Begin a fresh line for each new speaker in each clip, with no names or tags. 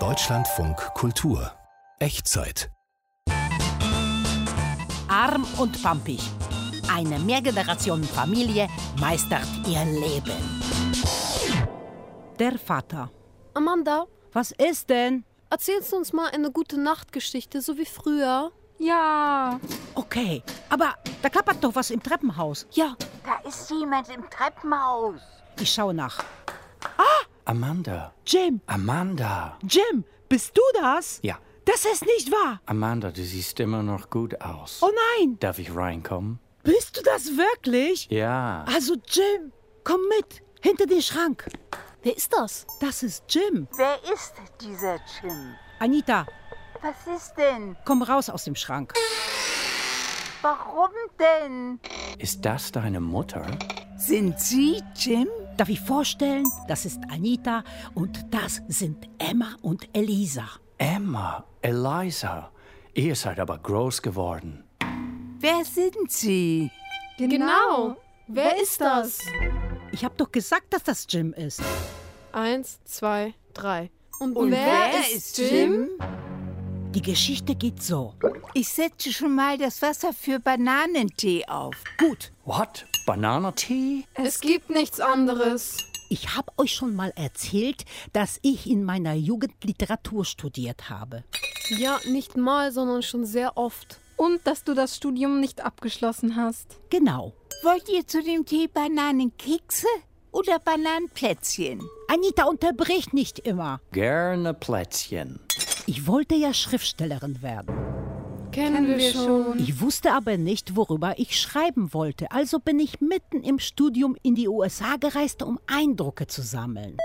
Deutschlandfunk Kultur. Echtzeit.
Arm und pampig. Eine Mehrgenerationenfamilie meistert ihr Leben. Der Vater.
Amanda,
Was ist denn?
erzählst du uns mal eine gute Nachtgeschichte, so wie früher?
Ja.
Okay, aber da klappert doch was im Treppenhaus.
Ja,
Da ist jemand im Treppenhaus.
Ich schaue nach.
Amanda,
Jim,
Amanda.
Jim, bist du das?
Ja,
Das ist nicht wahr.
Amanda, du siehst immer noch gut aus.
Oh nein,
Darf ich reinkommen?
bist du das wirklich?
Ja.
Also Jim, komm mit, hinter den Schrank.
wer ist das?
Das ist Jim.
Wer ist dieser Jim?
Anita,
Was ist denn?
komm raus aus dem Schrank.
Warum denn?
Ist das deine Mutter?
Sind Sie Jim?
Darf ich vorstellen, das ist Anita und das sind Emma und Elisa.
Emma, Eliza. Ihr seid aber groß geworden.
Wer sind Sie?
Genau. Wer, ist das?
Ich habe doch gesagt, dass das Jim ist.
Eins, zwei, drei.
Und,
Die Geschichte geht so.
Ich setze schon mal das Wasser für Bananentee auf.
Gut,
What? Bananatee?
Es gibt nichts anderes.
ich habe euch schon mal erzählt, dass ich in meiner Jugend Literatur studiert habe.
Ja, nicht mal, sondern schon sehr oft.
Und dass du das Studium nicht abgeschlossen hast.
Genau.
Wollt ihr zu dem Tee Bananenkekse oder Bananenplätzchen?
Anita unterbricht nicht immer.
Gerne Plätzchen.
Ich wollte ja Schriftstellerin werden.
Kennen, wir, schon.
Ich wusste aber nicht, worüber ich schreiben wollte. Also bin ich mitten im Studium in die USA gereist, um Eindrücke zu sammeln.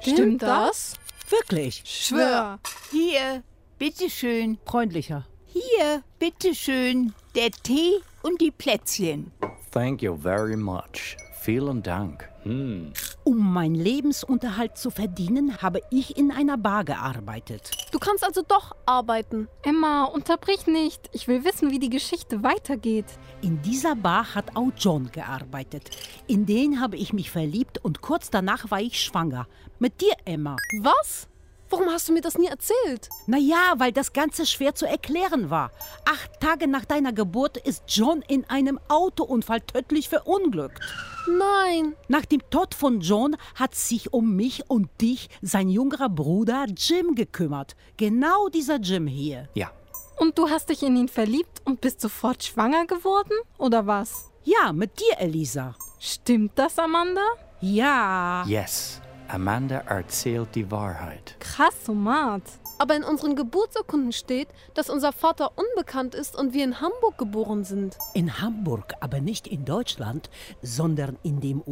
Stimmt, das?
Wirklich.
Schwör.
Hier, bitteschön.
Freundlicher.
Hier, bitteschön. Der Tee und die Plätzchen.
Thank you very much. Vielen Dank.
Um meinen Lebensunterhalt zu verdienen, habe ich in einer Bar gearbeitet.
Du kannst also doch arbeiten.
Emma, unterbrich nicht. Ich will wissen, wie die Geschichte weitergeht.
In dieser Bar hat auch John gearbeitet. In den habe ich mich verliebt und kurz danach war ich schwanger. Mit dir, Emma.
Was? Warum hast du mir das nie erzählt?
Naja, weil das Ganze schwer zu erklären war. Acht Tage nach deiner Geburt ist John in einem Autounfall tödlich verunglückt.
Nein.
Nach dem Tod von John hat sich um mich und dich sein jüngerer Bruder Jim gekümmert. Genau dieser Jim hier.
Ja.
Und du hast dich in ihn verliebt und bist sofort schwanger geworden? Oder was?
Ja, mit dir, Elisa.
Stimmt das, Amanda?
Ja.
Yes. Amanda erzählt die Wahrheit.
Krass, Omat.
Aber in unseren Geburtsurkunden steht, dass unser Vater unbekannt ist und wir in Hamburg geboren sind.
In Hamburg, aber nicht in Deutschland, sondern in dem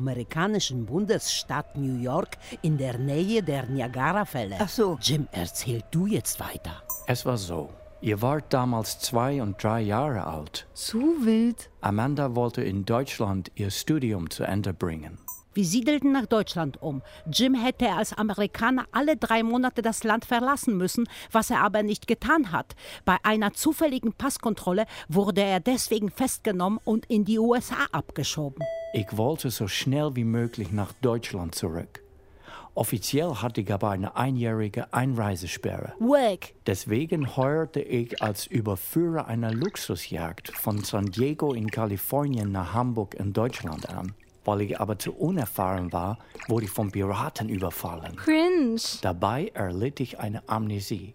US-amerikanischen Bundesstaat New York in der Nähe der Niagarafälle.
Ach so.
Jim, erzähl du jetzt weiter.
Es war so. Ihr wart damals zwei und drei Jahre alt.
Zu wild.
Amanda wollte in Deutschland ihr Studium zu Ende bringen.
Wir siedelten nach Deutschland um. Jim hätte als Amerikaner alle drei Monate das Land verlassen müssen, was er aber nicht getan hat. Bei einer zufälligen Passkontrolle wurde er deswegen festgenommen und in die USA abgeschoben.
Ich wollte so schnell wie möglich nach Deutschland zurück. Offiziell hatte ich aber eine einjährige Einreisesperre.
Wack.
Deswegen heuerte ich als Überführer einer Luxusjagd von San Diego in Kalifornien nach Hamburg in Deutschland an. Weil ich aber zu unerfahren war, wurde ich von Piraten überfallen.
Cringe.
Dabei erlitt ich eine Amnesie.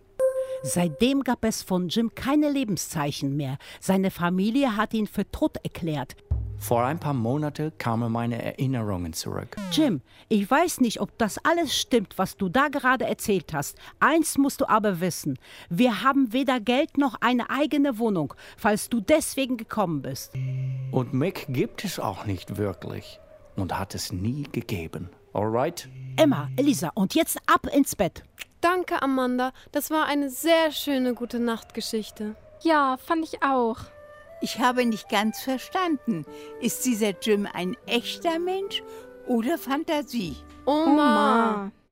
Seitdem gab es von Jim keine Lebenszeichen mehr. Seine Familie hat ihn für tot erklärt.
Vor ein paar Monaten kamen meine Erinnerungen zurück.
Jim, ich weiß nicht, ob das alles stimmt, was du da gerade erzählt hast. Eins musst du aber wissen. Wir haben weder Geld noch eine eigene Wohnung, falls du deswegen gekommen bist.
Und Mick gibt es auch nicht wirklich und hat es nie gegeben. Alright?
Emma, Elisa, und jetzt ab ins Bett.
Danke, Amanda. Das war eine sehr schöne gute Nachtgeschichte.
Ja, fand ich auch.
Ich habe nicht ganz verstanden.
Oh
Ist dieser Jim ein echter Mensch oder Fantasie?
Oma.
Oma.